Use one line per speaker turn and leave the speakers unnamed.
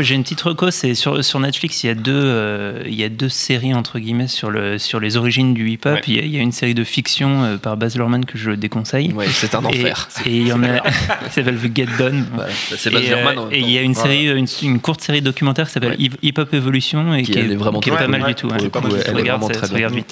J'ai une petite reco, c'est sur, sur Netflix, il y, a deux, euh, il y a deux séries entre guillemets sur, le, sur les origines du hip-hop.
Ouais.
Il, y a, il y a une série de fiction euh, par Baz Luhrmann que je déconseille.
Ouais, c'est un
Et-
enfer.
Et, il y en a, ça s'appelle The Get Done.
Voilà, c'est Baz
Et, euh,
Luhrmann en même
et il y a
temps.
une
Voilà.
série, une, une courte série documentaire qui s'appelle
Ouais.
Hip Hop Evolution et
Qui,
qui,
elle
est,
est vraiment
qui est
très
pas
cool.
mal
Ouais,
du tout.
pour
hein.
le coup,
Je
elle est
regarde,
vraiment
ça-
très
ça regarde
bien.
vite.